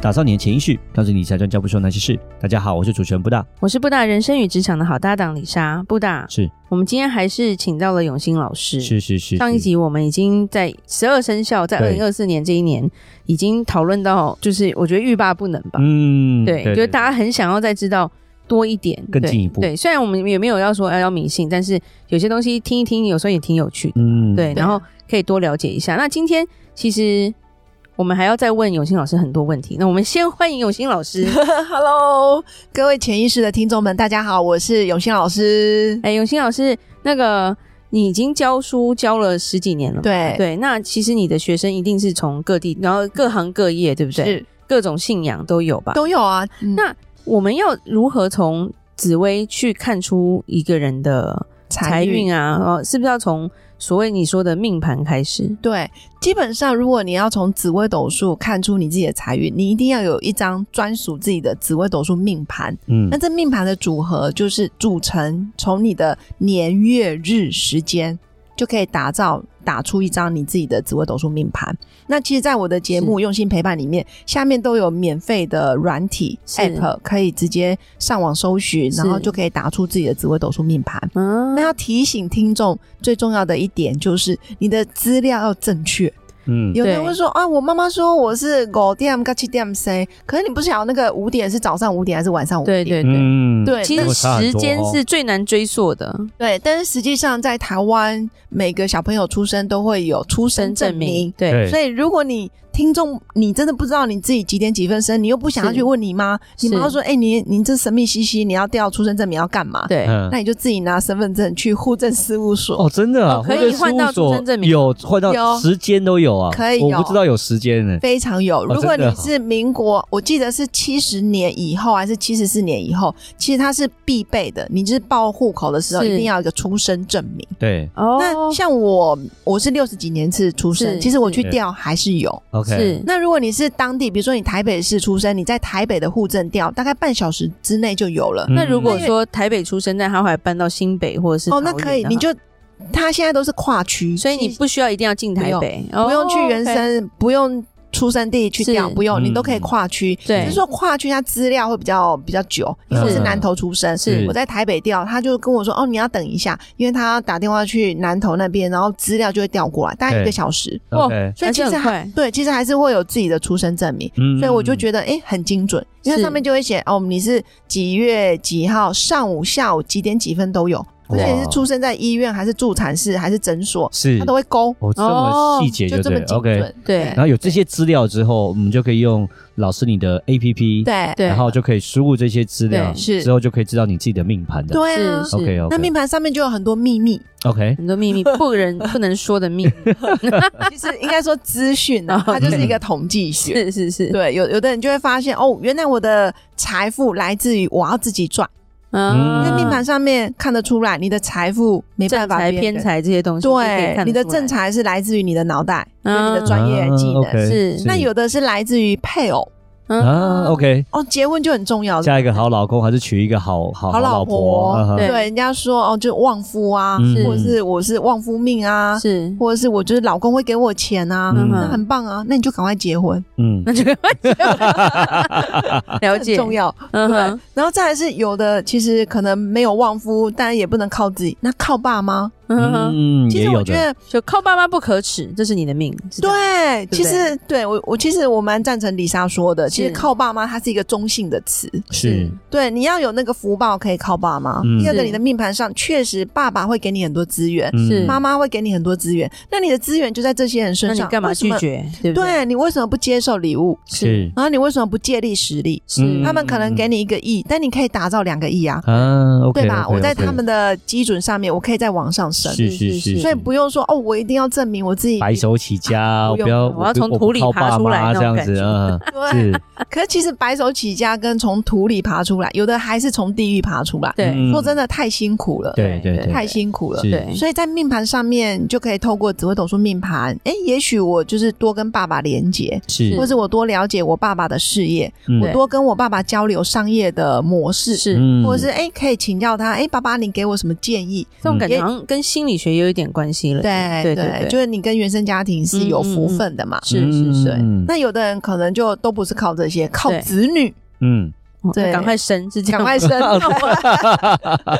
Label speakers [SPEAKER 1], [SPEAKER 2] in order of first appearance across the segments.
[SPEAKER 1] 打造你的潜意识，告诉你理财专家不说那些事。大家好，我是主持人布大。
[SPEAKER 2] 我是布大人生与职场的好搭档李莎。布大，
[SPEAKER 1] 是
[SPEAKER 2] 我们今天还是请到了永兴老师。
[SPEAKER 1] 是是是，
[SPEAKER 2] 上一集我们已经在十二生肖，在二
[SPEAKER 1] 对
[SPEAKER 2] 零二四年这一年已经讨论到，就是我觉得欲罢不能吧。
[SPEAKER 1] 嗯，
[SPEAKER 2] 对，就是大家很想要再知道多一点，
[SPEAKER 1] 更
[SPEAKER 2] 对
[SPEAKER 1] 进一步
[SPEAKER 2] 对，虽然我们也没有要说要要迷信，但是有些东西听一听，有时候也挺有趣的。
[SPEAKER 1] 嗯
[SPEAKER 2] 对，然后可以多了解一下。那今天其实我们还要再问永兴老师很多问题。那我们先欢迎永兴老 师。
[SPEAKER 3] Hello，各位潜意识的听众们，大家好，我是永兴老师。
[SPEAKER 2] 哎，永兴老师，那个你已经教书教了十几年了，
[SPEAKER 3] 对
[SPEAKER 2] 对，那其实你的学生一定是从各地，然后各行各业，对不对？
[SPEAKER 3] 是
[SPEAKER 2] 各种信仰都有吧？
[SPEAKER 3] 都有啊。嗯
[SPEAKER 2] 那我们要如何从紫薇去看出一个人的财运啊？哦，是不是要从所谓你说的命盘开始？
[SPEAKER 3] 对，基本上如果你要从紫微斗数看出你自己的财运，你一定要有一张专属自己的紫微斗数命盘。
[SPEAKER 1] 嗯
[SPEAKER 3] 那这命盘的组合就是组成从你的年月日时间。就可以打造打出一张你自己的紫微斗数命盘。那其实，在我的节目《用心陪伴》里面，下面都有免费的软体
[SPEAKER 2] 是
[SPEAKER 3] app，可以直接上网搜寻，
[SPEAKER 2] 是
[SPEAKER 3] 然后就可以打出自己的紫微斗数命盘。
[SPEAKER 2] 嗯
[SPEAKER 3] 那要提醒听众，最重要的一点就是你的资料要正确。
[SPEAKER 1] 嗯
[SPEAKER 3] 有人
[SPEAKER 2] 对
[SPEAKER 3] 会说啊，我妈妈说我是五点跟七点 C，可是你不晓得那个五点是早上五点还是晚上五
[SPEAKER 2] 对
[SPEAKER 3] 点？
[SPEAKER 2] 对对。
[SPEAKER 1] 嗯
[SPEAKER 3] 对
[SPEAKER 2] 其
[SPEAKER 1] 那
[SPEAKER 2] 实
[SPEAKER 1] 个差很
[SPEAKER 2] 时
[SPEAKER 1] 多
[SPEAKER 2] 间
[SPEAKER 1] 哦
[SPEAKER 2] 是最难追溯的，
[SPEAKER 3] 对，但是实际上在台湾，每个小朋友出生都会有出生证明。
[SPEAKER 2] 对，
[SPEAKER 3] 所以，如果你听众你真的不知道你自己几点几分生，你又不想要
[SPEAKER 2] 是
[SPEAKER 3] 去问你妈，
[SPEAKER 2] 是
[SPEAKER 3] 你妈说：“哎、你你这神秘兮兮，你要调出生证明要干嘛？”
[SPEAKER 2] 对，
[SPEAKER 1] 嗯
[SPEAKER 3] 那你就自己拿身份证去户政事务所。
[SPEAKER 1] 哦，真的啊，
[SPEAKER 2] 哦可以
[SPEAKER 1] 或者
[SPEAKER 2] 换到
[SPEAKER 1] 事务所
[SPEAKER 2] 出生证明
[SPEAKER 1] 有换到
[SPEAKER 3] 有
[SPEAKER 1] 时间都有啊，
[SPEAKER 3] 可以
[SPEAKER 1] 我
[SPEAKER 3] 有
[SPEAKER 1] 不知道有时间呢。
[SPEAKER 3] 非常有。如果
[SPEAKER 1] 真
[SPEAKER 3] 你
[SPEAKER 1] 的哦
[SPEAKER 3] 是民国，我记得是七十年以后还是七十四年以后，其实它是必备的。你就是报户口的时候，
[SPEAKER 2] 是
[SPEAKER 3] 一定要有一个出生证明。
[SPEAKER 1] 对
[SPEAKER 2] 哦
[SPEAKER 3] 那像我，我是六十几年次出
[SPEAKER 2] 是嗯
[SPEAKER 3] 生，其实我去
[SPEAKER 1] 是
[SPEAKER 3] 调还是有。
[SPEAKER 1] ，OK，
[SPEAKER 2] 是
[SPEAKER 3] 那如果你是当地，比如说你台北市出生，你在台北的户政调，大概半小时之内就有了。
[SPEAKER 1] 嗯
[SPEAKER 2] 那如果说台北出生，但他后来搬到新北或者是
[SPEAKER 3] 哦，那
[SPEAKER 2] 桃园
[SPEAKER 3] 可以，
[SPEAKER 2] 的
[SPEAKER 3] 你
[SPEAKER 2] 话
[SPEAKER 3] 就它现在都是跨区，
[SPEAKER 2] 所以你不需要一定要进台北，哦
[SPEAKER 3] 不用去原
[SPEAKER 2] OK
[SPEAKER 3] 生，不用出生地去
[SPEAKER 2] 是
[SPEAKER 3] 调，不用，
[SPEAKER 1] 嗯
[SPEAKER 3] 你都可以跨区。
[SPEAKER 2] 对
[SPEAKER 3] 只是说跨区它资料会比较比较久，因
[SPEAKER 1] 嗯
[SPEAKER 3] 为我是南投出生，
[SPEAKER 1] 是
[SPEAKER 3] 我在台北调，他就跟我说哦，你要等一下，因为他要打电话去南投那边，然后资料就会调过来，大概一
[SPEAKER 1] 对
[SPEAKER 3] 个小时。
[SPEAKER 2] 哦
[SPEAKER 1] OK，
[SPEAKER 3] 所以
[SPEAKER 2] 还
[SPEAKER 3] 其
[SPEAKER 2] 是
[SPEAKER 3] 实
[SPEAKER 2] 很
[SPEAKER 3] 还
[SPEAKER 2] 快
[SPEAKER 3] 对，其实还是会有自己的出生证明。
[SPEAKER 1] 嗯
[SPEAKER 3] 所以我就觉得，哎、很精准，因为
[SPEAKER 2] 是
[SPEAKER 3] 它上面就会写哦，你是几月几号上午、下午几点几分都有，而且
[SPEAKER 1] 哇
[SPEAKER 3] 是出生在医院，还是助产士，还是诊所，
[SPEAKER 1] 是
[SPEAKER 3] 它都会勾。
[SPEAKER 1] 哦，这么细节
[SPEAKER 3] 就这
[SPEAKER 1] 对
[SPEAKER 3] 么
[SPEAKER 1] 了
[SPEAKER 3] 精
[SPEAKER 1] OK，
[SPEAKER 3] 准，哎
[SPEAKER 2] 对
[SPEAKER 1] 然后有这些资料之后，我们就可以用老师你的 APP，，
[SPEAKER 3] 对
[SPEAKER 2] 对
[SPEAKER 1] 然后就可以输入这些资料，
[SPEAKER 2] 对
[SPEAKER 3] 是
[SPEAKER 1] 之后就可以知道你自己的命盘的。
[SPEAKER 3] 对啊
[SPEAKER 2] 是。
[SPEAKER 1] OK
[SPEAKER 3] 那
[SPEAKER 1] OK
[SPEAKER 3] 命盘上面就有很多秘 密，
[SPEAKER 1] OK，
[SPEAKER 2] 很多秘密不人不能说的秘密，，
[SPEAKER 3] 其实应该说资讯啊 它就是一个统计
[SPEAKER 2] 是
[SPEAKER 3] 学。
[SPEAKER 2] 是是，
[SPEAKER 3] 对，有有的人就会发现哦，原来我的财富来自于我要自己赚。
[SPEAKER 1] 嗯
[SPEAKER 3] 那命盘上面看得出来，你的财富没办
[SPEAKER 2] 正
[SPEAKER 3] 法
[SPEAKER 2] 财
[SPEAKER 3] 别人
[SPEAKER 2] 偏，财这些东西是可以看得出
[SPEAKER 3] 对，
[SPEAKER 2] 来，
[SPEAKER 3] 你的正财是来自于你的脑袋跟
[SPEAKER 2] 嗯
[SPEAKER 3] 你的专业技
[SPEAKER 1] 啊
[SPEAKER 3] 能。
[SPEAKER 1] ，OK，
[SPEAKER 2] 是
[SPEAKER 3] 那有的是来自于配偶
[SPEAKER 2] 嗯
[SPEAKER 1] 啊 OK，
[SPEAKER 3] 哦，结婚就很重要。
[SPEAKER 1] 嫁一个好老公还是娶一个好好
[SPEAKER 3] 好
[SPEAKER 1] 老
[SPEAKER 3] 老
[SPEAKER 1] 婆
[SPEAKER 3] 婆？
[SPEAKER 1] 嗯哼
[SPEAKER 2] 对
[SPEAKER 3] 对，人家说哦，就旺夫啊，
[SPEAKER 1] 嗯
[SPEAKER 3] 或者是我是旺夫命啊，
[SPEAKER 2] 是，
[SPEAKER 3] 或者是我就是老公会给我钱啊，
[SPEAKER 1] 嗯
[SPEAKER 3] 那很棒啊，那你就赶快结婚，
[SPEAKER 1] 嗯
[SPEAKER 2] 那就 了
[SPEAKER 3] 很
[SPEAKER 2] 解，
[SPEAKER 3] 重，要。
[SPEAKER 2] 嗯哼，
[SPEAKER 3] 然后再来是有的，其实可能没有旺夫，但也不能靠自己，那靠爸妈。
[SPEAKER 2] 嗯哼，
[SPEAKER 1] 嗯，
[SPEAKER 3] 其
[SPEAKER 1] 也
[SPEAKER 3] 实
[SPEAKER 1] 有
[SPEAKER 3] 我觉
[SPEAKER 1] 的，
[SPEAKER 3] 得，
[SPEAKER 2] 就靠爸妈不可耻，这是你的命，是这样
[SPEAKER 3] 对，
[SPEAKER 2] 对
[SPEAKER 3] 其实对我我其实我蛮赞成李莎说的，
[SPEAKER 2] 是
[SPEAKER 3] 其实靠爸妈它是一个中性的词，
[SPEAKER 1] 是
[SPEAKER 2] 是
[SPEAKER 3] 对，你要有那个福报可以靠爸妈。
[SPEAKER 1] 嗯
[SPEAKER 3] 第二个，
[SPEAKER 2] 是
[SPEAKER 3] 你的命盘上确实爸爸会给你很多资源，
[SPEAKER 1] 嗯
[SPEAKER 2] 是
[SPEAKER 3] 妈妈会给你很多资源，那你的资源就在这些人
[SPEAKER 2] 那
[SPEAKER 3] 身
[SPEAKER 2] 你
[SPEAKER 3] 上，
[SPEAKER 2] 干嘛
[SPEAKER 3] 为什
[SPEAKER 2] 拒
[SPEAKER 3] 么？
[SPEAKER 2] 绝？对不对？
[SPEAKER 3] 对你为什么不接受礼物？
[SPEAKER 1] 是
[SPEAKER 3] 然后你为什么不借力使力？
[SPEAKER 2] 是
[SPEAKER 1] 嗯
[SPEAKER 3] 他们可能给你一个亿，但你可以打造两个亿啊。
[SPEAKER 1] 啊，OK，
[SPEAKER 3] 对吧？我在他
[SPEAKER 1] OK，OK
[SPEAKER 3] 们的基准上面，我可以再往上生，
[SPEAKER 1] 是是是
[SPEAKER 3] 所以不用说哦，我一定要证明我自己。
[SPEAKER 1] 白手起家，
[SPEAKER 3] 不
[SPEAKER 1] 我
[SPEAKER 3] 用
[SPEAKER 1] 不要，
[SPEAKER 2] 我要从
[SPEAKER 1] 不
[SPEAKER 2] 土里
[SPEAKER 1] 靠
[SPEAKER 2] 爬
[SPEAKER 1] 爸
[SPEAKER 2] 出来
[SPEAKER 1] 妈这
[SPEAKER 2] 那种
[SPEAKER 1] 样
[SPEAKER 2] 感
[SPEAKER 1] 子，
[SPEAKER 2] 觉
[SPEAKER 1] 嗯，
[SPEAKER 3] 对，
[SPEAKER 1] 是，
[SPEAKER 3] 可是其实白手起家跟从土里爬出来，有的还是从地狱爬出来。
[SPEAKER 2] 对
[SPEAKER 1] 嗯
[SPEAKER 3] 说真的，太辛苦了，
[SPEAKER 1] 对对对，
[SPEAKER 3] 太辛苦了。
[SPEAKER 1] 是
[SPEAKER 2] 对
[SPEAKER 3] 所以在命盘上面，你就可以透过紫微斗数命盘，诶，也许我就是多跟爸爸连接，
[SPEAKER 1] 是
[SPEAKER 3] 或是我多了解我爸爸的事业，
[SPEAKER 1] 嗯
[SPEAKER 3] 我多跟我爸爸交流商业的模式，
[SPEAKER 2] 是
[SPEAKER 1] 嗯
[SPEAKER 3] 或者是诶，可以请教他，诶，爸爸，你给我什么建议？
[SPEAKER 2] 这种感觉
[SPEAKER 3] 也
[SPEAKER 2] 好像跟心理学也有一点关系了。
[SPEAKER 3] 对
[SPEAKER 2] 对对，
[SPEAKER 3] 就是你跟原生家庭是有福分的嘛。
[SPEAKER 2] 是是是，
[SPEAKER 1] 嗯
[SPEAKER 3] 那有的人可能就都不是靠这些，靠
[SPEAKER 2] 对
[SPEAKER 3] 子女，
[SPEAKER 1] 嗯，
[SPEAKER 2] 哦
[SPEAKER 3] 对
[SPEAKER 2] 赶快生是这样
[SPEAKER 3] 赶
[SPEAKER 2] 吗。
[SPEAKER 3] 快生。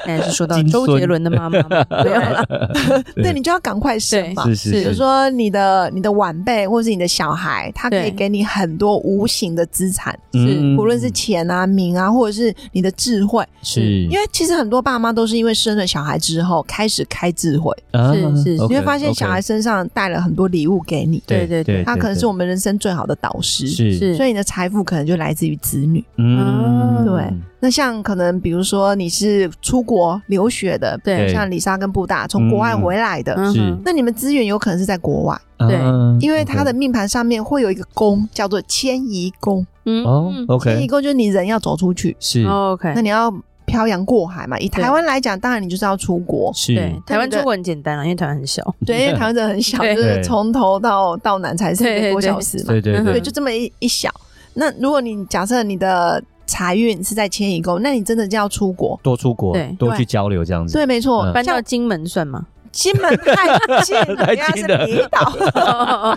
[SPEAKER 2] 但是说到
[SPEAKER 1] 金
[SPEAKER 2] 周
[SPEAKER 1] 孙
[SPEAKER 2] 杰伦的妈妈 嘛，没有了
[SPEAKER 3] 对你就要赶快生嘛。
[SPEAKER 1] 是是
[SPEAKER 3] 比如
[SPEAKER 1] 是，
[SPEAKER 3] 说你的你的晚辈或是你的小孩，他可
[SPEAKER 2] 对
[SPEAKER 3] 以给你很多无形的资产，
[SPEAKER 1] 嗯嗯
[SPEAKER 3] 无论是钱啊、名啊，或者是你的智慧。
[SPEAKER 1] 是，
[SPEAKER 3] 因为其实很多爸妈都是因为生了小孩之后开始开智慧，
[SPEAKER 1] 啊
[SPEAKER 2] 是是是
[SPEAKER 1] ，OK，
[SPEAKER 3] 你会发现
[SPEAKER 1] OK
[SPEAKER 3] 小孩身上带了很多礼物给你，
[SPEAKER 1] 对
[SPEAKER 2] 对对
[SPEAKER 1] 对，
[SPEAKER 3] 他可能是我
[SPEAKER 1] 们
[SPEAKER 3] 们人生最好的导师。
[SPEAKER 1] 是
[SPEAKER 2] 是
[SPEAKER 3] 所以你的财富可能就来自于子女。
[SPEAKER 1] 嗯，
[SPEAKER 3] 对那像可能比如说你是出国留学的，
[SPEAKER 2] 对
[SPEAKER 3] 像李莎跟布大从国外回来的，
[SPEAKER 2] 嗯哼
[SPEAKER 3] 那你们资源有可能是在国外，
[SPEAKER 2] 对
[SPEAKER 1] 啊
[SPEAKER 3] 因为它的
[SPEAKER 1] OK
[SPEAKER 3] 命盘上面会有一个宫叫做迁移宫，
[SPEAKER 2] 嗯
[SPEAKER 1] 哦
[SPEAKER 2] 嗯哦
[SPEAKER 3] 迁移
[SPEAKER 1] ，OK，
[SPEAKER 3] 宫就是你人要走出去，
[SPEAKER 1] 是
[SPEAKER 2] ，OK，
[SPEAKER 3] 那你要漂洋过海嘛。以
[SPEAKER 2] 对
[SPEAKER 3] 台湾来讲，当然你就是要出 国，
[SPEAKER 2] 对
[SPEAKER 1] 是，
[SPEAKER 2] 台湾
[SPEAKER 3] 那你的
[SPEAKER 2] 出国很简单啊，因为台湾很小，
[SPEAKER 3] 对，因为台湾真的很小，
[SPEAKER 2] 对
[SPEAKER 3] 就是从头到到南才是一个多小时嘛，
[SPEAKER 1] 对对
[SPEAKER 2] 嗯
[SPEAKER 3] 对，
[SPEAKER 1] 对，
[SPEAKER 3] 就这么一一小。那如果你假设你的财运是在迁移宫，那你真的就要出国。
[SPEAKER 1] 多出国
[SPEAKER 2] 对，
[SPEAKER 1] 多去交流这样子，
[SPEAKER 3] 对，没错
[SPEAKER 1] 嗯，
[SPEAKER 2] 搬
[SPEAKER 3] 像
[SPEAKER 2] 到金门算 吗？
[SPEAKER 3] 金门太近 了，
[SPEAKER 1] 太
[SPEAKER 3] 人家
[SPEAKER 1] 近
[SPEAKER 3] 是
[SPEAKER 1] 了
[SPEAKER 3] 离岛，呃，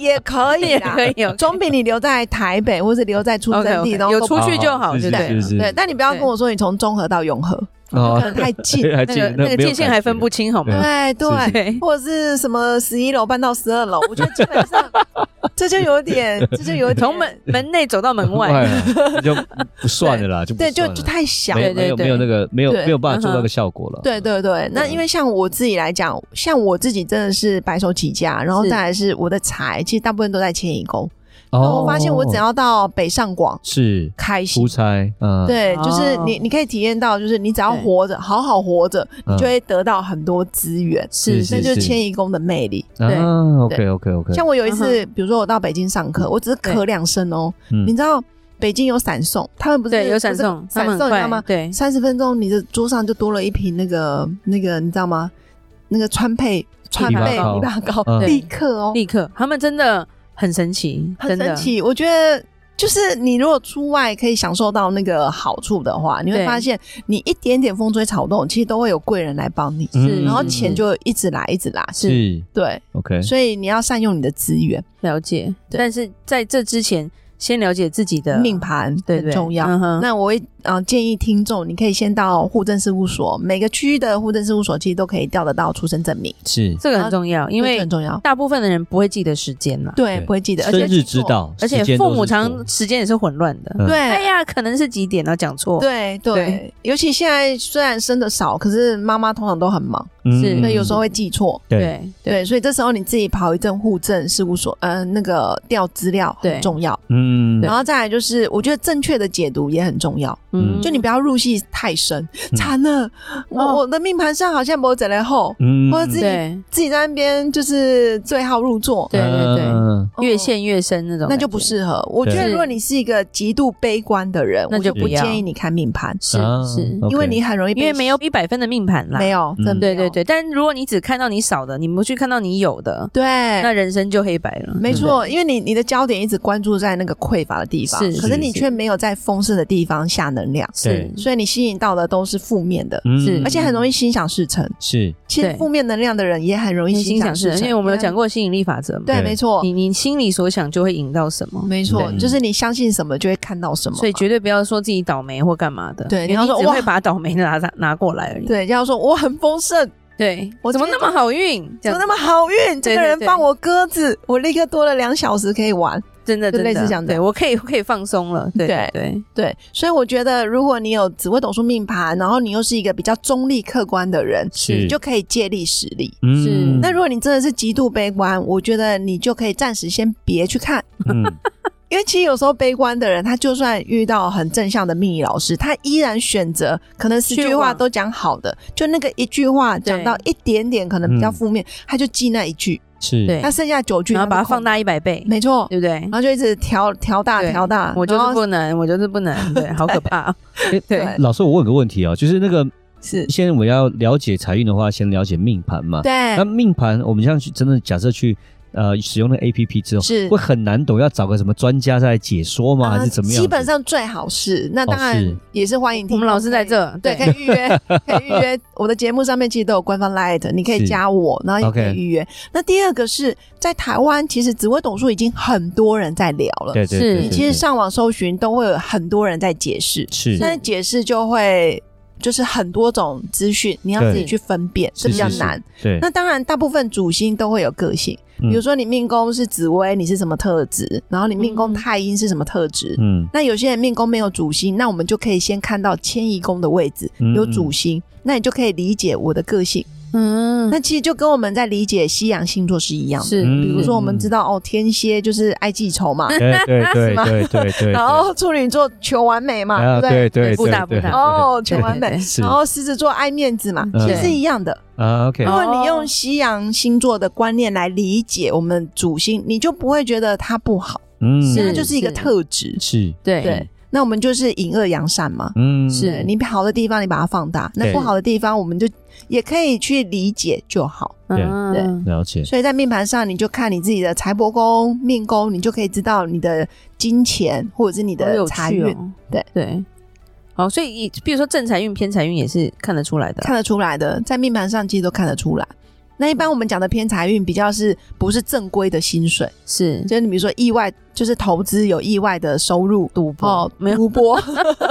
[SPEAKER 3] 也可以
[SPEAKER 2] 也
[SPEAKER 3] 啦，
[SPEAKER 2] 可以，
[SPEAKER 3] 总比你留在台北或是留在出生
[SPEAKER 2] OK，
[SPEAKER 3] 地，然后
[SPEAKER 2] 有
[SPEAKER 3] 都
[SPEAKER 2] 出去就好，
[SPEAKER 1] 哦是
[SPEAKER 2] 对
[SPEAKER 1] 是
[SPEAKER 2] 不对
[SPEAKER 1] 是？是，
[SPEAKER 3] 对，但你不要跟我说你从中和到永和，可
[SPEAKER 1] 哦，
[SPEAKER 3] 能太近。
[SPEAKER 1] 还
[SPEAKER 2] 那
[SPEAKER 1] 记
[SPEAKER 2] 个
[SPEAKER 1] 得
[SPEAKER 2] 那个
[SPEAKER 1] 没有
[SPEAKER 2] 界限
[SPEAKER 1] 感
[SPEAKER 2] 还
[SPEAKER 1] 觉啊
[SPEAKER 2] 分不清，好吗？
[SPEAKER 3] 对
[SPEAKER 1] 是
[SPEAKER 3] 对，
[SPEAKER 2] 对，
[SPEAKER 3] 或者是什么十一楼搬到十二楼，我觉得基本上这就有点，这就有 点
[SPEAKER 2] 从门门内走到门外，
[SPEAKER 1] 啊，那就不算了啦，就不
[SPEAKER 3] 对，就
[SPEAKER 1] 算
[SPEAKER 3] 就
[SPEAKER 1] 了
[SPEAKER 3] 太小
[SPEAKER 1] 没
[SPEAKER 3] 了。
[SPEAKER 1] 有没有
[SPEAKER 2] 对
[SPEAKER 1] 没有那个没有
[SPEAKER 3] 对
[SPEAKER 1] 没有办法做到
[SPEAKER 2] 嗯哼
[SPEAKER 1] 那个效果了，
[SPEAKER 3] 对对对，那因为像我自己来讲，像我自己真的是白手起家，然后
[SPEAKER 2] 是
[SPEAKER 3] 再来是我的财，其实大部分都在迁移宫。
[SPEAKER 1] 哦，
[SPEAKER 3] 然后我发现我只要到北上广
[SPEAKER 1] 是
[SPEAKER 3] 开
[SPEAKER 1] 出，
[SPEAKER 3] 心
[SPEAKER 1] 差，嗯，
[SPEAKER 3] 对，就是你
[SPEAKER 2] 哦
[SPEAKER 3] 你可以体验到，就是你只要
[SPEAKER 2] 对
[SPEAKER 3] 活着，好好活着，
[SPEAKER 1] 嗯
[SPEAKER 3] 你就会得到很多资源，
[SPEAKER 1] 是是
[SPEAKER 3] 那就是
[SPEAKER 1] 是
[SPEAKER 3] 迁移宫的魅力。
[SPEAKER 2] 对
[SPEAKER 1] 啊，OK
[SPEAKER 3] 对
[SPEAKER 1] OK OK，
[SPEAKER 3] 像我有一次，比如说我到北京上课，我只是咳两声哦，
[SPEAKER 1] 嗯
[SPEAKER 3] 你知道北京有闪送，他们不是
[SPEAKER 2] 对，有闪送，他
[SPEAKER 3] 闪
[SPEAKER 2] 们
[SPEAKER 3] 送
[SPEAKER 2] 很
[SPEAKER 3] 你知道吗
[SPEAKER 2] 快，？对，
[SPEAKER 3] 三十分钟，你的桌上就多了一瓶那个那个，你知道吗？那个川贝川
[SPEAKER 2] 枇杷
[SPEAKER 3] 贝
[SPEAKER 1] 膏
[SPEAKER 3] 枇杷膏，
[SPEAKER 1] 嗯
[SPEAKER 3] 立刻哦，
[SPEAKER 2] 立刻，他们真的很神奇，
[SPEAKER 3] 很
[SPEAKER 2] 真
[SPEAKER 3] 神
[SPEAKER 2] 的，
[SPEAKER 3] 奇。我觉得就是你如果出外可以享受到那个好处的话，你会
[SPEAKER 2] 对
[SPEAKER 3] 发现你一点点风吹草动，其实都会有贵人来帮你，
[SPEAKER 1] 嗯
[SPEAKER 2] 是
[SPEAKER 3] 然后
[SPEAKER 2] 是
[SPEAKER 3] 钱就一直来一直来。
[SPEAKER 1] 是
[SPEAKER 3] 对，
[SPEAKER 1] OK，
[SPEAKER 3] 所以你要善用你的资源，
[SPEAKER 2] 了解，
[SPEAKER 3] 对
[SPEAKER 2] 但是在这之前，先了解自己的
[SPEAKER 3] 命，盘
[SPEAKER 2] 对不
[SPEAKER 3] 很
[SPEAKER 2] 对？
[SPEAKER 3] 重要。
[SPEAKER 2] 嗯哼
[SPEAKER 3] 那我会嗯、呃建议听众，你可以先到户政事务所，每个区域的户政事务所其实都可以调得到出生证明，
[SPEAKER 1] 是
[SPEAKER 2] 这个很重要，因
[SPEAKER 3] 这
[SPEAKER 2] 为
[SPEAKER 3] 很重要。
[SPEAKER 2] 大部分的人不会记得时间啦，
[SPEAKER 3] 对，不会记得，而且
[SPEAKER 1] 生日
[SPEAKER 3] 记
[SPEAKER 1] 知
[SPEAKER 3] 错。
[SPEAKER 1] 道，
[SPEAKER 2] 而且
[SPEAKER 1] 时间都
[SPEAKER 2] 父
[SPEAKER 1] 是
[SPEAKER 2] 母
[SPEAKER 1] 错
[SPEAKER 2] 常时间也是混乱的。
[SPEAKER 1] 嗯
[SPEAKER 3] 对，
[SPEAKER 2] 哎呀，可能是几点然后讲错，
[SPEAKER 3] 对对
[SPEAKER 2] 对，
[SPEAKER 3] 尤其现在虽然生的少，可是妈妈通常都很忙，
[SPEAKER 2] 是
[SPEAKER 3] 所以有时候会记错。
[SPEAKER 1] 嗯对
[SPEAKER 2] 对
[SPEAKER 3] 嗯对，所以这时候你自己跑一阵户政事务所，嗯、那个调资料很
[SPEAKER 2] 对
[SPEAKER 3] 重要。
[SPEAKER 1] 嗯
[SPEAKER 3] 然后再来就是，我觉得正确的解读也很重要，
[SPEAKER 1] 嗯
[SPEAKER 3] 就你不要入戏太深。
[SPEAKER 1] 嗯
[SPEAKER 3] 惨了，我我的命盘上好像没有在来后，
[SPEAKER 1] 嗯
[SPEAKER 3] 或者自己
[SPEAKER 2] 对
[SPEAKER 3] 自己在那边就是对号入座，
[SPEAKER 2] 对对对
[SPEAKER 1] 嗯
[SPEAKER 3] 哦
[SPEAKER 2] 越陷越深那种感觉，
[SPEAKER 3] 那就不适合。我觉得
[SPEAKER 2] 是
[SPEAKER 3] 如果你是一个极度悲观的人，
[SPEAKER 2] 那
[SPEAKER 3] 我
[SPEAKER 2] 就
[SPEAKER 3] 不
[SPEAKER 2] 不要嗯
[SPEAKER 3] 建议你看命盘，
[SPEAKER 2] 是
[SPEAKER 1] 啊
[SPEAKER 2] 是，
[SPEAKER 1] OK
[SPEAKER 3] 因为你很容易被
[SPEAKER 2] 因为没有一百分的命盘啦，
[SPEAKER 3] 没有，真的
[SPEAKER 1] 嗯
[SPEAKER 2] 对
[SPEAKER 3] 没有
[SPEAKER 2] 对对，但如果你只看到你少的，你不去看到你有的，
[SPEAKER 3] 对，
[SPEAKER 2] 那人生就黑白了。
[SPEAKER 3] 没
[SPEAKER 2] 对不
[SPEAKER 3] 错，因为你你的焦点一直关注在那个匮乏的地方，
[SPEAKER 2] 是
[SPEAKER 3] 可是你
[SPEAKER 2] 是
[SPEAKER 3] 却没有在丰盛的地方下能量，
[SPEAKER 2] 对，
[SPEAKER 1] 对
[SPEAKER 2] 是
[SPEAKER 3] 所以你吸引到的都是负面的，
[SPEAKER 1] 嗯
[SPEAKER 2] 是
[SPEAKER 3] 而且很容易心想事成。
[SPEAKER 1] 是
[SPEAKER 3] 其实
[SPEAKER 2] 对
[SPEAKER 3] 负面能量的人也很容易
[SPEAKER 2] 心想事
[SPEAKER 3] 事
[SPEAKER 2] 成，
[SPEAKER 3] 成，
[SPEAKER 2] 因为我们有讲过吸嗯引力法则嘛，
[SPEAKER 3] 对，
[SPEAKER 1] 对
[SPEAKER 3] 没错，
[SPEAKER 2] 你你心里所想就会引到什么，
[SPEAKER 3] 没错，
[SPEAKER 1] 对
[SPEAKER 3] 就是你相信什么就会看到什么嘛，
[SPEAKER 2] 所以绝对不要说自己倒霉或干嘛的，
[SPEAKER 3] 对
[SPEAKER 2] 因
[SPEAKER 3] 你
[SPEAKER 2] 为
[SPEAKER 3] 要
[SPEAKER 2] 你
[SPEAKER 3] 说
[SPEAKER 2] 只
[SPEAKER 3] 哇
[SPEAKER 2] 会把倒霉拿拿拿过来而已。
[SPEAKER 3] 对，要说我很丰盛，
[SPEAKER 2] 对，
[SPEAKER 3] 我
[SPEAKER 2] 怎么那么好运？这
[SPEAKER 3] 怎
[SPEAKER 2] 样
[SPEAKER 3] 么那么好运？这
[SPEAKER 2] 对
[SPEAKER 3] 个
[SPEAKER 2] 对
[SPEAKER 3] 人
[SPEAKER 2] 对
[SPEAKER 3] 放我鸽子，我立刻多了两小时可以玩。
[SPEAKER 2] 真的
[SPEAKER 3] 就
[SPEAKER 2] 真的
[SPEAKER 3] 类似这样的
[SPEAKER 2] 对我可以我可以放松了，对
[SPEAKER 3] 对
[SPEAKER 2] 对对
[SPEAKER 3] 对，所以我觉得，如果你有紫微斗数命盘，然后你又是一个比较中立客观的人，
[SPEAKER 1] 是
[SPEAKER 3] 你就可以借力使力。
[SPEAKER 1] 嗯
[SPEAKER 2] 是
[SPEAKER 3] 那如果你真的是极度悲观，我觉得你就可以暂时先别去看，
[SPEAKER 1] 嗯
[SPEAKER 3] 因为其实有时候悲观的人，他就算遇到很正向的命理老师，他依然选择可能十
[SPEAKER 2] 去
[SPEAKER 3] 句话
[SPEAKER 2] 往
[SPEAKER 3] 都讲好的，就那个一句话讲到一点点可能比较
[SPEAKER 1] 嗯
[SPEAKER 3] 负面，他就记那一句，
[SPEAKER 1] 是，
[SPEAKER 2] 对
[SPEAKER 3] 那剩下九句
[SPEAKER 2] 然后把它放
[SPEAKER 3] 大，
[SPEAKER 2] 大一百倍，
[SPEAKER 3] 没错，
[SPEAKER 2] 对不对
[SPEAKER 3] 然？后就一直调调大
[SPEAKER 2] 对
[SPEAKER 3] 调大，
[SPEAKER 2] 我就
[SPEAKER 3] 然
[SPEAKER 2] 是
[SPEAKER 3] 后
[SPEAKER 2] 不能，我就是不能， 对，好可怕。对，
[SPEAKER 1] 老师，我问个问题啊、就是那个
[SPEAKER 3] 是，
[SPEAKER 1] 现在我要了解财运的话，先了解命盘嘛。
[SPEAKER 3] 对
[SPEAKER 1] 那，命盘，我们像去真的假设去呃使用那个 A P P 之后，
[SPEAKER 3] 是
[SPEAKER 1] 会很难懂，要找个什么专家再来解说吗？
[SPEAKER 3] 呃
[SPEAKER 1] 还是怎么样子？
[SPEAKER 3] 基本上最好是，那当
[SPEAKER 1] 哦
[SPEAKER 3] 然
[SPEAKER 1] 是
[SPEAKER 3] 也是欢迎听
[SPEAKER 2] 我们老师在。这，
[SPEAKER 3] 对，可以预约， 可以预约。我的节目上面其实都有官方 Light，你可以
[SPEAKER 1] 是
[SPEAKER 3] 加我，然后也可
[SPEAKER 1] OK
[SPEAKER 3] 以预约。那第二个是在台湾，其实紫微斗数已经很多人在聊了，
[SPEAKER 1] 对对对
[SPEAKER 2] 是
[SPEAKER 1] 对
[SPEAKER 3] 你
[SPEAKER 1] 对
[SPEAKER 3] 其实上网搜寻都会有很多人在解释，
[SPEAKER 1] 是
[SPEAKER 3] 但是解释就会就是很多种资讯，你要
[SPEAKER 1] 对
[SPEAKER 3] 自己去分辨，这比较
[SPEAKER 1] 是是
[SPEAKER 3] 难。
[SPEAKER 1] 对，
[SPEAKER 3] 那当然，大部分主星都会有个性，
[SPEAKER 1] 嗯
[SPEAKER 3] 比如说你命宫是紫薇，你是什么特质，然后你命宫
[SPEAKER 2] 嗯
[SPEAKER 3] 太阴是什么特质，
[SPEAKER 1] 嗯
[SPEAKER 3] 那有些人命宫没有主星，那我们就可以先看到迁移宫的位置
[SPEAKER 1] 嗯
[SPEAKER 3] 有主星，那你就可以理解我的个性。
[SPEAKER 2] 嗯，
[SPEAKER 3] 那其实就跟我们在理解西洋星座是一样的。
[SPEAKER 2] 是，
[SPEAKER 1] 嗯
[SPEAKER 2] 比
[SPEAKER 3] 比
[SPEAKER 2] 如
[SPEAKER 3] 如
[SPEAKER 2] 说
[SPEAKER 3] 说，我们知道哦，天蝎就是爱记仇嘛，
[SPEAKER 1] 对对对对对对，
[SPEAKER 3] 然后处女座求完美嘛，
[SPEAKER 1] 啊
[SPEAKER 3] 对不对？
[SPEAKER 1] 对对
[SPEAKER 2] 不打
[SPEAKER 1] 对
[SPEAKER 2] 不打
[SPEAKER 1] 对
[SPEAKER 3] 哦，求完美
[SPEAKER 2] 对对对。
[SPEAKER 1] 是
[SPEAKER 3] 然后狮子座爱面子嘛，
[SPEAKER 1] 嗯
[SPEAKER 3] 其实是一样的。
[SPEAKER 1] 啊 OK
[SPEAKER 3] 如
[SPEAKER 2] 哦
[SPEAKER 3] 果你用西洋星座的观念来理解我们主星，你就不会觉得它不好，
[SPEAKER 1] 嗯
[SPEAKER 3] 它
[SPEAKER 2] 是
[SPEAKER 3] 就是一个
[SPEAKER 2] 是
[SPEAKER 3] 特质。
[SPEAKER 1] 是
[SPEAKER 2] 对
[SPEAKER 3] 对，那我们就是引恶扬善嘛。
[SPEAKER 1] 嗯
[SPEAKER 2] 是
[SPEAKER 3] 对你好的地方你把它放大，那
[SPEAKER 1] 对
[SPEAKER 3] 不好的地方我们就也可以去理解就好。
[SPEAKER 1] 对
[SPEAKER 2] 嗯
[SPEAKER 1] 了解
[SPEAKER 3] 所以在命盘上，你就看你自己的财帛宫、命宫，你就可以知道你的金钱或者是你
[SPEAKER 2] 好有
[SPEAKER 3] 的
[SPEAKER 2] 趣
[SPEAKER 3] 财运、
[SPEAKER 2] 哦
[SPEAKER 3] 对
[SPEAKER 2] 对。好，所以以比如说正财运、偏财运也是看得出来的。
[SPEAKER 3] 看得出来的，在命盘上其实都看得出来。那一般我们讲的偏财运比较是不是正规的薪水，
[SPEAKER 2] 是
[SPEAKER 3] 就是你比如说意外，就是投资有意外的收入，
[SPEAKER 2] 赌博
[SPEAKER 3] 哦，
[SPEAKER 2] 没有
[SPEAKER 3] 赌博，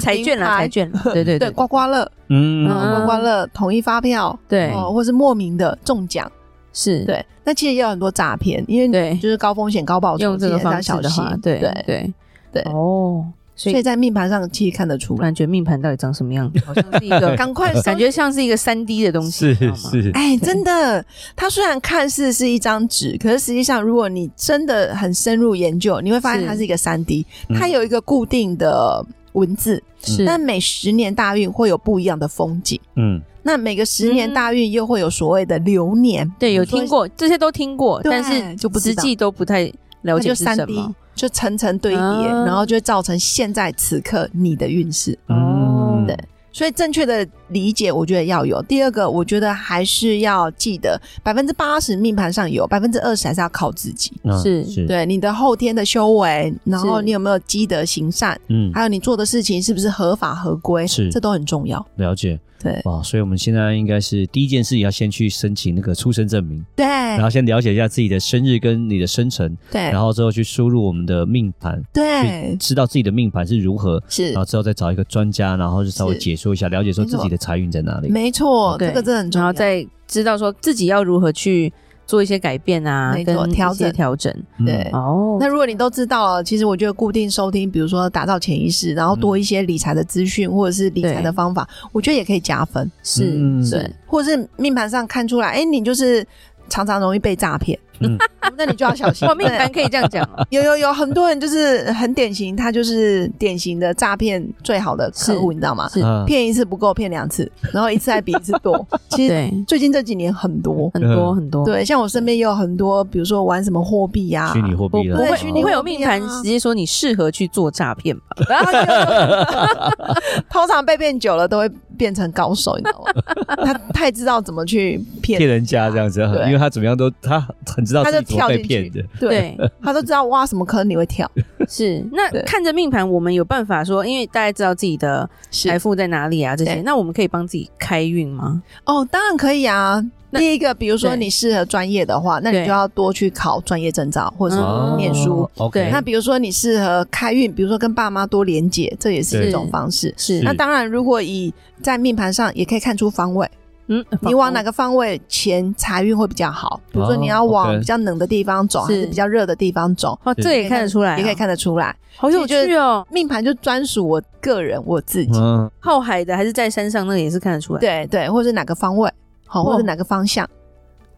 [SPEAKER 2] 财券
[SPEAKER 3] 名
[SPEAKER 2] 啦，
[SPEAKER 3] 牌
[SPEAKER 2] 财券啦，对对
[SPEAKER 3] 对，
[SPEAKER 2] 对
[SPEAKER 3] 刮刮乐，
[SPEAKER 1] 嗯
[SPEAKER 2] 嗯
[SPEAKER 3] 刮刮乐统一发票，
[SPEAKER 2] 对，
[SPEAKER 3] 哦，或是莫名的中奖。
[SPEAKER 2] 是，
[SPEAKER 3] 对，那其实也有很多诈骗，因为
[SPEAKER 2] 对
[SPEAKER 3] 就是高风险高报酬，
[SPEAKER 2] 用这个
[SPEAKER 3] 其实也
[SPEAKER 2] 方
[SPEAKER 3] 要
[SPEAKER 2] 式
[SPEAKER 3] 小
[SPEAKER 2] 的
[SPEAKER 3] 心
[SPEAKER 2] 话，对
[SPEAKER 3] 对
[SPEAKER 2] 对
[SPEAKER 3] 对
[SPEAKER 2] 哦，所
[SPEAKER 3] 所以
[SPEAKER 2] 以
[SPEAKER 3] 在命盘上其实看得出
[SPEAKER 2] 突
[SPEAKER 3] 来。
[SPEAKER 2] 然觉得命盘到底长什么 样子，好像是一个
[SPEAKER 3] 赶 快
[SPEAKER 2] 感
[SPEAKER 3] 感觉，
[SPEAKER 2] 觉像是一个三 D 的东西，
[SPEAKER 1] 是
[SPEAKER 2] 你知道吗
[SPEAKER 1] 是
[SPEAKER 3] 哎，真的，它虽然看似是一张纸，可是实际上，如果你真的很深入研究，你会发现
[SPEAKER 2] 是
[SPEAKER 3] 它是一个三 D，它
[SPEAKER 1] 嗯
[SPEAKER 3] 有一个固定的文字，
[SPEAKER 2] 是
[SPEAKER 3] 但每十年大运会有不一样的风景。
[SPEAKER 1] 嗯
[SPEAKER 3] 那每个十年
[SPEAKER 2] 嗯
[SPEAKER 3] 大运又会有所谓的流年，
[SPEAKER 2] 对，有听过这些都听过，
[SPEAKER 3] 对
[SPEAKER 2] 但是
[SPEAKER 3] 就不知
[SPEAKER 2] 实
[SPEAKER 3] 道
[SPEAKER 2] 际都不太了
[SPEAKER 3] 它
[SPEAKER 2] 解
[SPEAKER 3] 就是三
[SPEAKER 2] 什
[SPEAKER 3] D
[SPEAKER 2] 么。
[SPEAKER 3] 就层层堆叠，
[SPEAKER 2] 啊
[SPEAKER 3] 然后就会造成现在此刻你的运势。
[SPEAKER 2] 哦
[SPEAKER 1] 嗯
[SPEAKER 3] 对所以正确的理解，我觉得要有。第二个，我觉得还是要记得百分之八十命盘上有，百分之二十还是要靠自己。
[SPEAKER 1] 啊
[SPEAKER 2] 是
[SPEAKER 1] 是
[SPEAKER 3] 对你的后天的修为，然后
[SPEAKER 2] 是
[SPEAKER 3] 你有没有积德行善，
[SPEAKER 1] 嗯
[SPEAKER 3] 还有你做的事情是不是合法合规，
[SPEAKER 1] 是
[SPEAKER 3] 这都很重要。
[SPEAKER 1] 了解
[SPEAKER 3] 对
[SPEAKER 1] 哇，所以我们现在应该是第一件事要先去申请那个出生证明，
[SPEAKER 3] 对
[SPEAKER 1] 然后先了解一下自己的生日跟你的生辰，
[SPEAKER 3] 对
[SPEAKER 1] 哦然后之后去输入我们的命盘，去
[SPEAKER 3] 对，
[SPEAKER 1] 知道自己的命盘是如何，
[SPEAKER 3] 嗯是
[SPEAKER 1] 然后之后再找一个专家，然后就稍微
[SPEAKER 3] 是
[SPEAKER 1] 解说一下，了解说自己的财运在哪里。
[SPEAKER 3] 没错，
[SPEAKER 2] 对
[SPEAKER 3] 这个真的很重
[SPEAKER 2] 然后
[SPEAKER 3] 要。
[SPEAKER 2] 再知道说自己要如何去做一些改变啊，
[SPEAKER 3] 没错
[SPEAKER 2] 跟
[SPEAKER 3] 调
[SPEAKER 2] 一些
[SPEAKER 3] 整
[SPEAKER 2] 调整。
[SPEAKER 1] 嗯
[SPEAKER 3] 对
[SPEAKER 2] 哦，
[SPEAKER 3] 那如果你都知道了，其实我觉得固定收听，比如说打造潜意识，然后多一些理财的资讯或者是理
[SPEAKER 2] 嗯
[SPEAKER 3] 财
[SPEAKER 2] 对
[SPEAKER 3] 的方法，我觉得也可以加分。
[SPEAKER 1] 嗯
[SPEAKER 2] 是
[SPEAKER 3] 对
[SPEAKER 2] 是，
[SPEAKER 3] 或者是命盘上看出来，哎、你就是常常容易被诈骗，
[SPEAKER 1] 嗯
[SPEAKER 3] 那你就要小心。
[SPEAKER 2] 哇，命盘可以这样讲哦，
[SPEAKER 3] 有有有很多人就是很典型，他就是典型的诈骗最好的客户，
[SPEAKER 2] 是嗯
[SPEAKER 3] 你知道吗？
[SPEAKER 2] 是
[SPEAKER 1] 啊
[SPEAKER 3] 骗一次不够，骗两次，然后一次还比一次 多。其实
[SPEAKER 2] 对，嗯
[SPEAKER 3] 最近这几年很多，
[SPEAKER 2] 很多
[SPEAKER 1] 嗯
[SPEAKER 2] 很多。
[SPEAKER 3] 对，像我身边也有很多，比如说玩什么货币啊呀、
[SPEAKER 1] 虚拟货
[SPEAKER 2] 不
[SPEAKER 1] 币了，
[SPEAKER 2] 不
[SPEAKER 3] 对
[SPEAKER 2] 会
[SPEAKER 3] 虚拟
[SPEAKER 2] 不会有
[SPEAKER 3] 货币
[SPEAKER 2] 命盘
[SPEAKER 3] 啊
[SPEAKER 2] 直接说你适合去做诈骗吧？
[SPEAKER 3] 然后就通常被骗久了都会变成高手，你知道 吗？他太知道怎么去骗
[SPEAKER 1] 骗人家这样子，
[SPEAKER 3] 对
[SPEAKER 1] 因为他怎么样都他很知道
[SPEAKER 3] 他
[SPEAKER 1] 自
[SPEAKER 3] 就
[SPEAKER 1] 己怎么
[SPEAKER 3] 跳
[SPEAKER 1] 被
[SPEAKER 3] 进
[SPEAKER 1] 骗的
[SPEAKER 3] 去，，对，， 他都知道挖什么坑你会跳，
[SPEAKER 2] 是。那
[SPEAKER 3] 对
[SPEAKER 2] 看着命盘，我们有办法说，因为大家知道自己的财
[SPEAKER 3] 是
[SPEAKER 2] 富在哪里啊，这些，
[SPEAKER 3] 对
[SPEAKER 2] 那我们可以帮自己开运吗？
[SPEAKER 3] 哦，当然可以啊。
[SPEAKER 2] 那
[SPEAKER 3] 第一个，比如说
[SPEAKER 2] 对
[SPEAKER 3] 你适合专业的话，那你
[SPEAKER 2] 对
[SPEAKER 3] 就要多去考专业证照或者
[SPEAKER 2] 哦
[SPEAKER 3] 是嗯念书。
[SPEAKER 1] OK，
[SPEAKER 2] 对
[SPEAKER 3] 那比如说你适合开运，比如说跟爸妈多连结，这也是
[SPEAKER 1] 对
[SPEAKER 3] 一种方式。
[SPEAKER 2] 是
[SPEAKER 3] 那当然，如果以在命盘上也可以看出方位，
[SPEAKER 2] 嗯，
[SPEAKER 3] 你往哪
[SPEAKER 2] 个？
[SPEAKER 3] 个方位钱财运会比较好？比如说
[SPEAKER 1] 哦
[SPEAKER 3] 你要往
[SPEAKER 1] OK
[SPEAKER 3] 比较冷的地方走，还
[SPEAKER 2] 是
[SPEAKER 3] 是比较热的地方走，
[SPEAKER 2] 哦，这也看得出来，
[SPEAKER 3] 也可以，看得出来。
[SPEAKER 2] 好有趣哦。
[SPEAKER 3] 命盘就专属我个人我自己，
[SPEAKER 1] 嗯，
[SPEAKER 2] 靠海的还是在山上，那个也是看得出来。
[SPEAKER 3] 对对，或是哪个方位，好，
[SPEAKER 2] 哇
[SPEAKER 3] 或者哪个方向。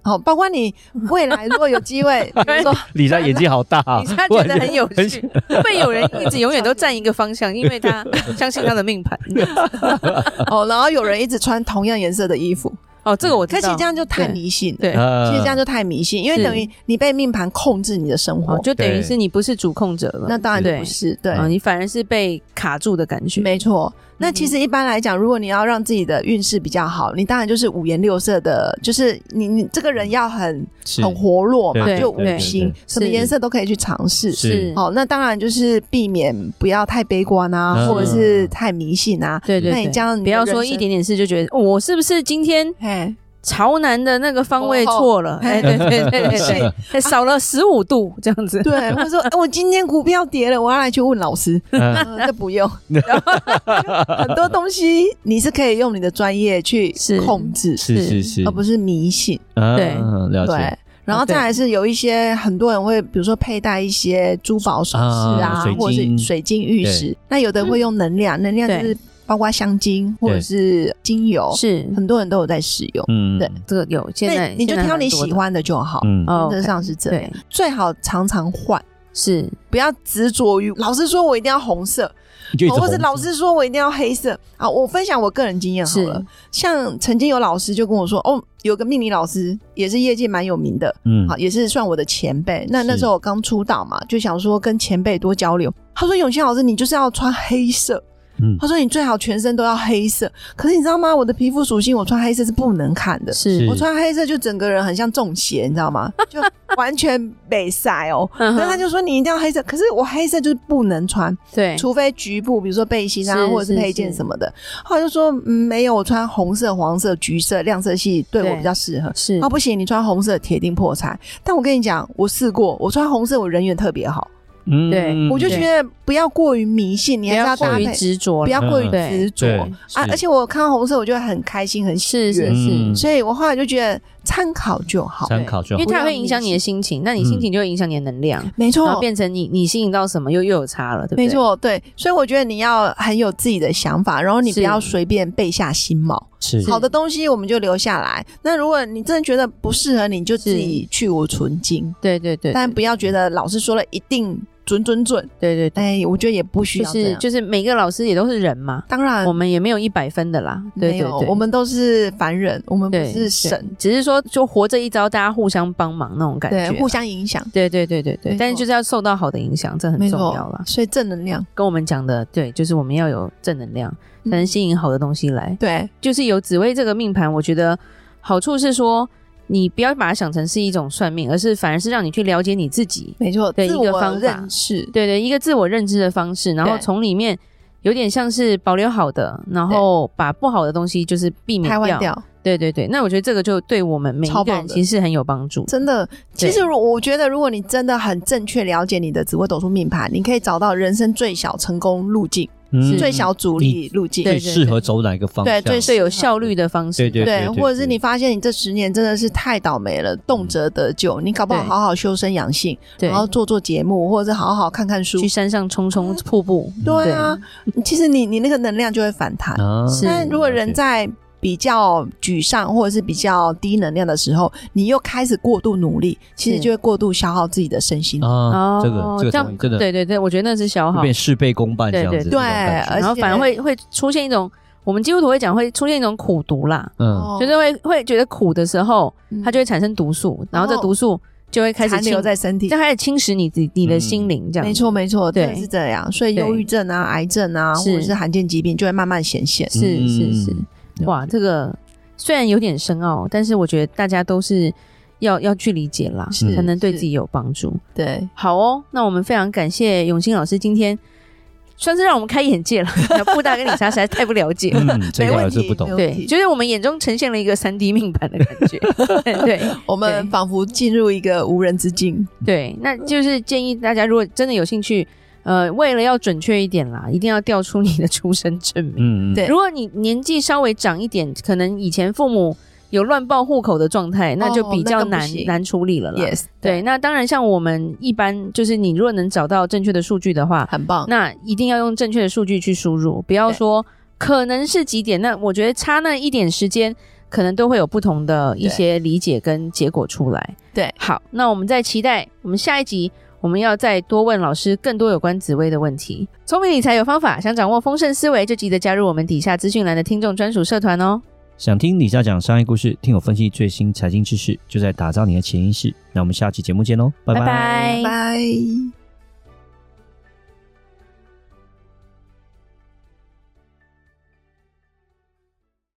[SPEAKER 3] 好、包括你未来如果有机 会，比如说
[SPEAKER 1] 李莎眼睛好大、 啊，
[SPEAKER 2] 你他觉得很有趣，会不 会有人一直永远都站一个方向，因为 他相信他的命盘。
[SPEAKER 3] 哦，然后有人一直穿同样颜色的衣服，
[SPEAKER 2] 哦，这个我
[SPEAKER 3] 可
[SPEAKER 2] 知
[SPEAKER 3] 是
[SPEAKER 2] 道。
[SPEAKER 3] 这样就太
[SPEAKER 2] 对
[SPEAKER 3] 迷信了。
[SPEAKER 2] 对，
[SPEAKER 1] 呃
[SPEAKER 3] 其实这样就太迷信，因为
[SPEAKER 2] 是
[SPEAKER 3] 等于你被命盘控制你的生活
[SPEAKER 2] 哦，，就等于
[SPEAKER 1] 对
[SPEAKER 2] 是你不是主控者了。
[SPEAKER 3] 那当然就
[SPEAKER 2] 对
[SPEAKER 3] 不是对。
[SPEAKER 2] 啊、你反而是被卡住的感觉。
[SPEAKER 3] 没错，
[SPEAKER 2] 嗯
[SPEAKER 3] 那其实一般来讲，如果你要让自己的运势比较好，你当然就是五颜六色的，就是你你这个人要很
[SPEAKER 1] 是
[SPEAKER 3] 很活络嘛，
[SPEAKER 1] 对
[SPEAKER 3] 就五
[SPEAKER 2] 对对
[SPEAKER 3] 行
[SPEAKER 1] 对
[SPEAKER 3] 什么
[SPEAKER 2] 是
[SPEAKER 3] 颜色都可以去尝试。
[SPEAKER 1] 是
[SPEAKER 3] 好，那当然就是避免不要太悲观啊，
[SPEAKER 1] 嗯
[SPEAKER 3] 或者是太迷信啊。
[SPEAKER 2] 对对
[SPEAKER 3] 那
[SPEAKER 2] 对，
[SPEAKER 3] 你这样你的
[SPEAKER 2] 不要说
[SPEAKER 3] 人生
[SPEAKER 2] 一点点事就觉得、哦我是不是今天
[SPEAKER 3] 哎，
[SPEAKER 2] 朝南的那个方位
[SPEAKER 3] 哦哦
[SPEAKER 2] 错了？哎、对对对 对
[SPEAKER 1] 嗯
[SPEAKER 2] 对，哎少了十五度这样子。
[SPEAKER 3] 对，或者说哎我今天股票跌了，我要来去问老师，
[SPEAKER 1] 嗯
[SPEAKER 3] 呃这不用。 很多东西你是可以用你的专业去
[SPEAKER 2] 是
[SPEAKER 3] 控制，
[SPEAKER 1] 是是是，
[SPEAKER 3] 而不是迷信。
[SPEAKER 1] 啊
[SPEAKER 2] 对
[SPEAKER 1] 了解
[SPEAKER 3] 对。然后再来是有一些很多人会，比如说佩戴一些珠宝首饰
[SPEAKER 1] 啊
[SPEAKER 3] 啊，
[SPEAKER 1] 水晶
[SPEAKER 3] 或者是水晶玉石。那有的会用能量，能量就是包括香精或者是精油，
[SPEAKER 2] 是
[SPEAKER 3] 很多人都有在使用。
[SPEAKER 1] 嗯
[SPEAKER 3] 对
[SPEAKER 2] 这个有现
[SPEAKER 3] 那
[SPEAKER 2] 在
[SPEAKER 3] 你就挑你喜，欢的就好，
[SPEAKER 1] 嗯
[SPEAKER 2] 哦
[SPEAKER 3] 原则上是
[SPEAKER 2] 现
[SPEAKER 3] 这
[SPEAKER 2] 在
[SPEAKER 3] 样。
[SPEAKER 2] 蛮多的对，
[SPEAKER 3] 最好常常换，
[SPEAKER 2] 是
[SPEAKER 3] 不要执着于老师说我一定要红色，哦
[SPEAKER 1] 你就一直
[SPEAKER 3] 或者
[SPEAKER 1] 红
[SPEAKER 3] 老师说我一定要黑色啊。我分享我个人经验好了
[SPEAKER 2] 是，，
[SPEAKER 3] 像曾经有老师就跟我说，哦，有个命理老师也是业界蛮有名的，
[SPEAKER 1] 嗯
[SPEAKER 3] 好，也是算我的前辈。那
[SPEAKER 1] 是
[SPEAKER 3] 那时候我刚出道嘛，就想说跟前辈多交流。他说：“永清老师，你就是要穿黑色。
[SPEAKER 1] 嗯”
[SPEAKER 3] 他说：“你最好全身都要黑色。”可是你知道吗？我的皮肤属性，我穿黑色是不能看的。
[SPEAKER 2] 是
[SPEAKER 1] 是
[SPEAKER 3] 我穿黑色就整个人很像中邪，你知道吗？就完全被晒哦。
[SPEAKER 2] 嗯哼
[SPEAKER 3] 那他就说你一定要黑色，可是我黑色就是不能穿，
[SPEAKER 2] 对，
[SPEAKER 3] 除非局部，比如说背心啊
[SPEAKER 2] 哎是
[SPEAKER 3] 或者是
[SPEAKER 2] 是
[SPEAKER 3] 配件
[SPEAKER 2] 是
[SPEAKER 3] 什么的。后来就说嗯，没有，我穿红色、黄色、橘色亮色系对我
[SPEAKER 2] 对
[SPEAKER 3] 比较适合。
[SPEAKER 2] 是
[SPEAKER 3] 啊，不行，你穿红色铁定破财。但我跟你讲，我试过，我穿红色我人缘特别好，
[SPEAKER 1] 嗯
[SPEAKER 2] 对
[SPEAKER 3] 我就觉得不要过于迷信，你
[SPEAKER 2] 不
[SPEAKER 3] 还是
[SPEAKER 2] 要过
[SPEAKER 3] 搭
[SPEAKER 2] 于
[SPEAKER 3] 配，
[SPEAKER 2] 执着
[SPEAKER 3] 不
[SPEAKER 2] 了，
[SPEAKER 3] 要过于
[SPEAKER 1] 嗯
[SPEAKER 2] 对
[SPEAKER 3] 执着
[SPEAKER 1] 对
[SPEAKER 3] 啊。
[SPEAKER 1] 是
[SPEAKER 3] 而且我看到红色，我就会很开心，很喜
[SPEAKER 2] 是是
[SPEAKER 3] 悦
[SPEAKER 1] 嗯
[SPEAKER 2] 是，
[SPEAKER 3] 所以我后来就觉得参考就好，嗯
[SPEAKER 1] 参考就好
[SPEAKER 2] 因为它会影响你的心情，那你心情就会影响你的能量，
[SPEAKER 3] 没
[SPEAKER 2] 然后
[SPEAKER 3] 错。
[SPEAKER 2] 变成你你吸引到什么又又有差了，对不对？
[SPEAKER 3] 没，错，对，所以我觉得你要很有自己的想法，然后你
[SPEAKER 2] 是
[SPEAKER 3] 不要随便背下心锚。
[SPEAKER 1] 是
[SPEAKER 3] 好的东西我们就留下来。那如果你真的觉得不适合你，你就自己去无存精，
[SPEAKER 2] 对对对，
[SPEAKER 3] 但不要觉得老师说了一定准准准，
[SPEAKER 2] 对对对，
[SPEAKER 3] 哎，我觉得也不需
[SPEAKER 2] 就
[SPEAKER 3] 要这
[SPEAKER 2] 是
[SPEAKER 3] 样。
[SPEAKER 2] 就是每个老师也都是人嘛，
[SPEAKER 3] 当然
[SPEAKER 2] 我，们也没有一百分的啦，对
[SPEAKER 3] 呃没
[SPEAKER 2] 对对
[SPEAKER 3] 有，，我们都是凡人，我们不
[SPEAKER 2] 对
[SPEAKER 3] 是
[SPEAKER 2] 对
[SPEAKER 3] 神，
[SPEAKER 2] 只是说就活这一招，大家互相帮忙那种感
[SPEAKER 3] 对
[SPEAKER 2] 觉，，
[SPEAKER 3] 互。相影响，
[SPEAKER 2] 对对对对
[SPEAKER 3] 没
[SPEAKER 2] 对，
[SPEAKER 3] 错
[SPEAKER 2] 但是就是要受到好的影响，这很
[SPEAKER 3] 没
[SPEAKER 2] 重
[SPEAKER 3] 错
[SPEAKER 2] 要啦。
[SPEAKER 3] 所以正能量，
[SPEAKER 2] 跟我们讲的，对，就是我们要有正能量，才能
[SPEAKER 3] 嗯
[SPEAKER 2] 吸引好的东西来。
[SPEAKER 3] 对，
[SPEAKER 2] 就是有紫薇这个命盘，我觉得好处是说，你不要把它想成是一种算命，而是反而是让你去了解你自己，
[SPEAKER 3] 没错，
[SPEAKER 2] 对
[SPEAKER 3] 自
[SPEAKER 2] 一个
[SPEAKER 3] 我
[SPEAKER 2] 方法
[SPEAKER 3] 认识，
[SPEAKER 2] 对对，一个自我认知的方式，然后
[SPEAKER 3] 对
[SPEAKER 2] 从里面有点像是保留好的，然后把不好的东西就是避免
[SPEAKER 3] 台
[SPEAKER 2] 掉。
[SPEAKER 3] 湾掉，
[SPEAKER 2] 对对对，那我觉得这个就对我们每
[SPEAKER 3] 超
[SPEAKER 2] 一个
[SPEAKER 3] 棒
[SPEAKER 2] 人
[SPEAKER 3] 的
[SPEAKER 2] 其实是很有帮助。
[SPEAKER 3] 真的。其实如我觉得，如果你真的很正确了解你的紫微斗数命盘，你可以找到人生最小成功路径、
[SPEAKER 1] 嗯
[SPEAKER 3] 最小阻力路径。
[SPEAKER 1] 最
[SPEAKER 2] 对
[SPEAKER 1] 适合走哪一个方向？
[SPEAKER 3] 对最适
[SPEAKER 2] 最有效率的方式，
[SPEAKER 1] 对对
[SPEAKER 3] 对，或者是你发现你这十年真的是太倒霉了，动辄得咎，你搞不好
[SPEAKER 2] 嗯对
[SPEAKER 3] 好好修身养性，
[SPEAKER 2] 对
[SPEAKER 3] 然后做做节目，或者是好好看看书
[SPEAKER 2] 去，山上冲 冲瀑布，
[SPEAKER 3] 对啊，其实你你那个能量就会反弹。
[SPEAKER 1] 啊
[SPEAKER 2] 是
[SPEAKER 3] 但如果人在比较沮丧或者是比较低能量的时候，你又开始过度努力，其实
[SPEAKER 2] 是
[SPEAKER 3] 就会过度消耗自己的身心。
[SPEAKER 1] 啊，
[SPEAKER 2] 哦，
[SPEAKER 1] 这个这个同意真的
[SPEAKER 2] 对对对，我觉得那是消
[SPEAKER 1] 会
[SPEAKER 2] 耗，
[SPEAKER 1] 变事倍功半这
[SPEAKER 2] 对
[SPEAKER 1] 样
[SPEAKER 2] 对
[SPEAKER 1] 子，
[SPEAKER 3] 对哦
[SPEAKER 1] 这种感觉
[SPEAKER 3] 而
[SPEAKER 2] 然后
[SPEAKER 3] 且
[SPEAKER 2] 反而会会出现一种，我们基督徒会讲会出现一种苦毒啦，
[SPEAKER 1] 嗯，
[SPEAKER 2] 就是会会觉得苦的时候，
[SPEAKER 3] 哦嗯
[SPEAKER 2] 它就会产生毒素，然后这毒素就会开始
[SPEAKER 3] 残留
[SPEAKER 2] 侵，
[SPEAKER 3] 在身体
[SPEAKER 2] 就。开始侵蚀你
[SPEAKER 1] 嗯
[SPEAKER 2] 你你的心灵，这样
[SPEAKER 3] 没错，没错，
[SPEAKER 2] 对
[SPEAKER 3] 对，是这样。所以
[SPEAKER 2] 对
[SPEAKER 3] 忧郁症啊、癌症啊，或
[SPEAKER 2] 是
[SPEAKER 3] 者是罕见疾病，就会慢慢显现。
[SPEAKER 2] 是是是
[SPEAKER 1] 嗯，
[SPEAKER 2] 哇，这个虽然有点深奥，但是我觉得大家都是要要去理解啦，
[SPEAKER 1] 是
[SPEAKER 2] 才能对
[SPEAKER 3] 是
[SPEAKER 2] 自己有帮助。
[SPEAKER 3] 对，
[SPEAKER 2] 好哦，那我们非常感谢永清老师今天算是让我们开眼界了。 布大跟李莎实在太不了解了。
[SPEAKER 1] 嗯，这
[SPEAKER 3] 没
[SPEAKER 1] 个还
[SPEAKER 3] 问
[SPEAKER 1] 是
[SPEAKER 3] 题，
[SPEAKER 1] 不懂
[SPEAKER 3] 没，问
[SPEAKER 2] 对，
[SPEAKER 3] 题
[SPEAKER 2] 就是我们眼中呈现了一个三 D 命盘的感觉。 对
[SPEAKER 3] 我们
[SPEAKER 2] 对
[SPEAKER 3] 仿佛进入一个无人之境。
[SPEAKER 2] 对，那就是建议大家，如果真的有兴趣，呃，为了要准确一点啦，一定要调出你的出生证明。
[SPEAKER 1] 嗯嗯，
[SPEAKER 3] 对
[SPEAKER 2] 如果你年纪稍微长一点，可能以前父母有乱报户口的状态，那就比较
[SPEAKER 3] 哦那更不
[SPEAKER 2] 难、
[SPEAKER 3] 行
[SPEAKER 2] 难处理了啦。
[SPEAKER 3] Yes，
[SPEAKER 2] 对，，那当然像我们一般，就是你如果能找到正确的数据的话，
[SPEAKER 3] 很棒。
[SPEAKER 2] 那一定要用正确的数据去输入，不要
[SPEAKER 3] 嗯对
[SPEAKER 2] 说可能是几点，那我觉得差那一点时间，可能都会有不同的一些理解跟结果出来。
[SPEAKER 3] 对
[SPEAKER 2] 好，那我们再期待我们下一集，我们要再多问老师更多有关紫薇的问题。聪明理财有方法，想掌握丰盛思维，就记得加入我们底下资讯栏的听众专属社团哦。
[SPEAKER 1] 想听李莎讲商业故事，听我分析最哦新财经知识，就在打造你的潜意识。那我们下期节目见喽，拜拜
[SPEAKER 2] 拜
[SPEAKER 3] 拜。